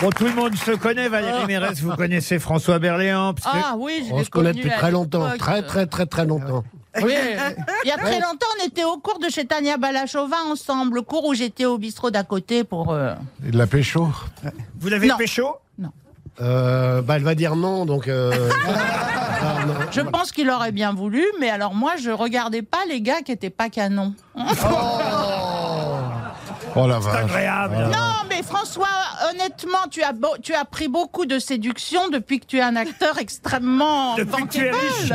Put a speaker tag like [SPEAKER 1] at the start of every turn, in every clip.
[SPEAKER 1] Bon, tout le monde se connaît, Valérie Mérès, vous connaissez François Berléand. parce que-
[SPEAKER 2] Ah oui, je
[SPEAKER 3] On
[SPEAKER 2] l'ai
[SPEAKER 3] se connaît
[SPEAKER 2] connu
[SPEAKER 3] depuis
[SPEAKER 2] à
[SPEAKER 3] très longtemps,
[SPEAKER 2] l'époque.
[SPEAKER 3] très très très très longtemps.
[SPEAKER 2] Oui, il y a très longtemps, on était au cours de chez Tania Balachova ensemble, le cours où j'étais au bistrot d'à côté pour. euh,
[SPEAKER 3] Il la pécho
[SPEAKER 1] Vous l'avez
[SPEAKER 2] Non.
[SPEAKER 1] pécho
[SPEAKER 3] euh, bah, Elle va dire non, donc... euh, ah, non.
[SPEAKER 2] Je pense qu'il aurait bien voulu, mais alors moi, je regardais pas les gars qui étaient pas canons.
[SPEAKER 3] Oh la vache.
[SPEAKER 1] Agréable.
[SPEAKER 3] Ah.
[SPEAKER 2] Non, mais François, honnêtement, tu as, beau- tu as pris beaucoup de séduction depuis que tu es un acteur extrêmement.
[SPEAKER 1] Depuis que tu es riche.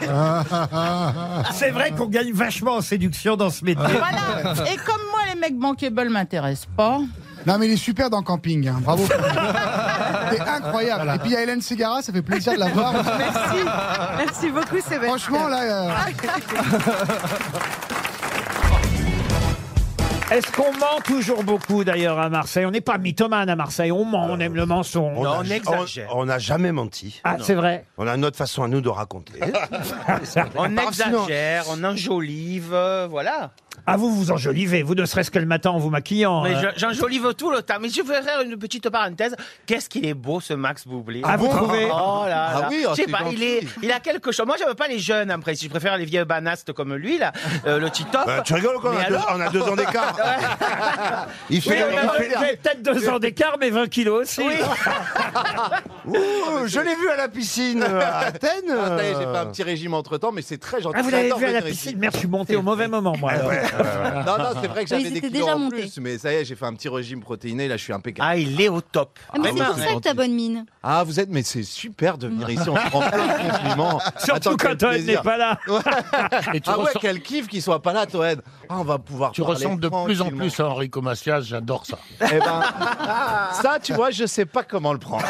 [SPEAKER 2] bankable.
[SPEAKER 1] C'est vrai qu'on gagne vachement en séduction dans ce métier.
[SPEAKER 2] Ah. Voilà. Et comme moi, les mecs bankable m'intéressent pas.
[SPEAKER 4] Non, mais il est super dans Camping. hein. Bravo. C'est incroyable. Et puis, il y a Hélène Segara, ça fait plaisir de la voir.
[SPEAKER 5] Merci, merci beaucoup Sébastien.
[SPEAKER 4] Franchement, là. euh,
[SPEAKER 1] Est-ce qu'on ment toujours beaucoup d'ailleurs à Marseille On n'est pas mythomane à Marseille, on ment, on aime le mensonge.
[SPEAKER 6] a- on- on n'a jamais menti.
[SPEAKER 1] Ah, c'est vrai.
[SPEAKER 6] On a notre façon à nous de raconter.
[SPEAKER 7] On
[SPEAKER 6] Par- sinon-
[SPEAKER 7] exagère, on enjolive, euh, voilà.
[SPEAKER 1] Ah, vous vous enjolivez, vous ne serait-ce que le matin en vous maquillant.
[SPEAKER 7] Mais
[SPEAKER 1] hein.
[SPEAKER 7] je- j'enjolive tout le temps. Mais je vais faire une petite parenthèse. Qu'est-ce qu'il est beau ce Max Boublil.
[SPEAKER 1] Ah, vous trouvez
[SPEAKER 7] Oh là
[SPEAKER 6] Ah
[SPEAKER 7] là.
[SPEAKER 6] oui, oh,
[SPEAKER 7] je sais
[SPEAKER 6] c'est
[SPEAKER 7] pas,
[SPEAKER 6] gentil.
[SPEAKER 7] il, est, il a quelque chose. Moi, j'aime pas les jeunes après. Je préfère les vieilles banastes comme lui, là, euh, le Titov.
[SPEAKER 6] Bah, tu rigoles quoi on
[SPEAKER 7] Mais
[SPEAKER 6] a, deux,
[SPEAKER 7] alors
[SPEAKER 6] on a deux ans d'écart. Il
[SPEAKER 1] Oui,
[SPEAKER 6] fait,
[SPEAKER 1] on a-
[SPEAKER 6] il fait-
[SPEAKER 1] vous avez peut-être deux ans d'écart, mais 20 kilos aussi. Ah,
[SPEAKER 6] Ouh, je l'ai vu à la piscine euh, à Athènes.
[SPEAKER 8] Ah, ça y est, J'ai
[SPEAKER 6] euh,
[SPEAKER 8] fait un petit régime entre temps, mais c'est très gentil.
[SPEAKER 1] Ah, vous l'avez
[SPEAKER 8] J'adore
[SPEAKER 1] vu à la
[SPEAKER 8] venir ici.
[SPEAKER 1] piscine. Merde, je suis monté au mauvais moment, moi. alors.
[SPEAKER 8] Non, non, c'est vrai que
[SPEAKER 5] Mais ils
[SPEAKER 8] j'avais des
[SPEAKER 5] étaient
[SPEAKER 8] kilos
[SPEAKER 5] déjà
[SPEAKER 8] en
[SPEAKER 5] montés.
[SPEAKER 8] plus, mais ça y est, j'ai fait un petit régime protéiné. Là, je suis impeccable.
[SPEAKER 7] Ah, il est au top.
[SPEAKER 5] Ah, mais c'est
[SPEAKER 8] Vraiment,
[SPEAKER 5] pour ça que t'as bonne mine.
[SPEAKER 8] Ah, vous êtes, mais c'est super de venir ici. On se rend pas compte, compliment.
[SPEAKER 1] Surtout
[SPEAKER 8] Attends, quel
[SPEAKER 1] quand Toen n'est
[SPEAKER 8] plaisir.
[SPEAKER 1] pas là.
[SPEAKER 8] Ah ouais, quel kiff qu'il soit pas là, Toed. Ah, on va pouvoir.
[SPEAKER 9] Tu
[SPEAKER 8] parler
[SPEAKER 9] ressembles de plus en
[SPEAKER 8] tranquillement.
[SPEAKER 9] plus à Enrico Macias, j'adore ça.
[SPEAKER 8] Eh ben, ça, tu vois, je sais pas comment le prendre.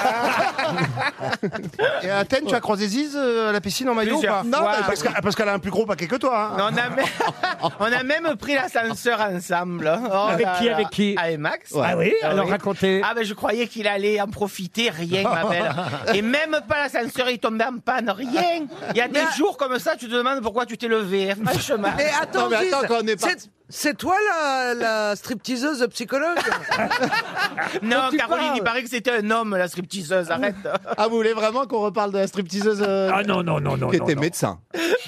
[SPEAKER 6] Et à Athènes, tu as croisé Ziz euh, à la piscine en maillot ou pas
[SPEAKER 7] Plusieurs fois,
[SPEAKER 6] bah, parce qu'elle parce qu'elle a un plus gros paquet que toi. hein.
[SPEAKER 7] On a, même, on a même pris l'ascenseur ensemble. Oh
[SPEAKER 1] Avec
[SPEAKER 7] là
[SPEAKER 1] qui,
[SPEAKER 7] là.
[SPEAKER 1] avec qui
[SPEAKER 7] Avec Max.
[SPEAKER 1] Ah oui
[SPEAKER 7] Ah
[SPEAKER 1] Alors
[SPEAKER 7] oui.
[SPEAKER 1] racontez.
[SPEAKER 7] Ah ben je croyais qu'il allait en profiter, rien ma belle. Et même pas l'ascenseur, il tombait en panne, rien. Il y a des jours comme ça, tu te demandes pourquoi tu t'es levé, hein. franchement.
[SPEAKER 10] Mais attends,
[SPEAKER 8] Non, mais attends,
[SPEAKER 10] Gilles,
[SPEAKER 8] quand on est
[SPEAKER 10] c'est-
[SPEAKER 8] parti-
[SPEAKER 10] C'est toi la, la stripteaseuse psychologue
[SPEAKER 7] Non, Caroline, il paraît que c'était un homme, la stripteaseuse, arrête.
[SPEAKER 8] Ah, vous voulez vraiment qu'on reparle de la stripteaseuse euh,
[SPEAKER 1] Ah non, non, non, non.
[SPEAKER 8] qui
[SPEAKER 1] non,
[SPEAKER 8] était
[SPEAKER 1] non.
[SPEAKER 8] médecin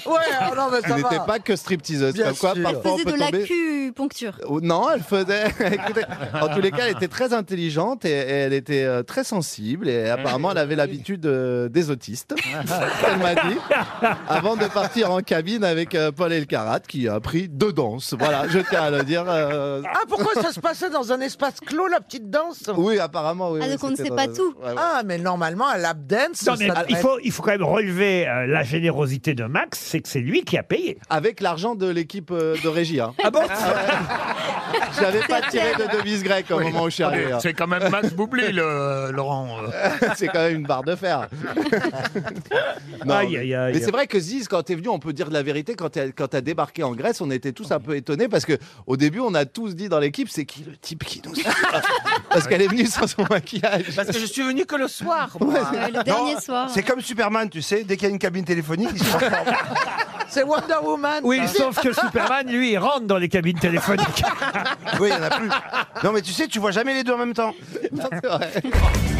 [SPEAKER 10] Ouais, ah non, mais
[SPEAKER 8] Elle
[SPEAKER 10] ça
[SPEAKER 8] n'était
[SPEAKER 10] va.
[SPEAKER 8] pas que stripteaseuse.
[SPEAKER 10] Bien
[SPEAKER 8] Comme quoi,
[SPEAKER 10] sûr.
[SPEAKER 8] parfois, on
[SPEAKER 5] Faisais
[SPEAKER 8] peut
[SPEAKER 5] de
[SPEAKER 8] tomber.
[SPEAKER 5] l'acupuncture.
[SPEAKER 8] Oh, Non, elle faisait. Écoutez, en tous les cas, elle était très intelligente et, et elle était euh, très sensible. Et apparemment, elle avait l'habitude euh, des autistes. C'est ce qu'elle m'a dit. Avant de partir en cabine avec euh, Paul Elkarat, qui a appris deux danses. Voilà, je tiens à le dire. euh,
[SPEAKER 10] Ah, pourquoi ça se passait dans un espace clos, la petite danse
[SPEAKER 8] Oui, apparemment. Oui,
[SPEAKER 5] Ah,
[SPEAKER 8] oui,
[SPEAKER 5] donc on ne
[SPEAKER 8] c'était
[SPEAKER 5] sait
[SPEAKER 8] dans-
[SPEAKER 5] pas tout.
[SPEAKER 8] Ouais, ouais.
[SPEAKER 10] Ah, mais normalement, un lap dance,
[SPEAKER 1] Non, mais
[SPEAKER 10] ça
[SPEAKER 1] il
[SPEAKER 10] devrait
[SPEAKER 1] faut, il faut quand même relever euh, la générosité de Max, c'est que c'est lui qui a payé.
[SPEAKER 8] Avec l'argent de l'équipe euh, de régie. hein.
[SPEAKER 1] Ah bon
[SPEAKER 8] J'avais pas tiré de devise grecque au
[SPEAKER 9] Oui.
[SPEAKER 8] moment où je suis arrivé.
[SPEAKER 9] Mais
[SPEAKER 8] hein.
[SPEAKER 9] C'est quand même Max Boublil, Ah, le- Laurent. euh.
[SPEAKER 8] C'est quand même une barre de fer. Non,
[SPEAKER 1] Aïe, aïe, aïe.
[SPEAKER 8] Mais c'est vrai que Ziz, quand t'es venu, on peut dire de la vérité. Quand t'as quand t'as débarqué en Grèce, on était tous un peu étonnés parce que au début, on a tous dit dans l'équipe, c'est qui le type qui nous suit Parce qu'elle est venue sans son maquillage.
[SPEAKER 7] Parce que je suis venu que le soir. moi.
[SPEAKER 8] Ah.
[SPEAKER 5] Ouais, le dernier soir.
[SPEAKER 6] C'est comme Superman, tu sais, dès qu'il y a une cabine téléphonique, il se transforme.
[SPEAKER 10] C'est Wonder Woman.
[SPEAKER 1] Ah Oui, sauf que Superman, lui, il rentre dans les cabines téléphoniques.
[SPEAKER 6] Oui, il y en a plus. Non, mais tu sais, tu vois jamais les deux en même temps.
[SPEAKER 8] C'est vrai.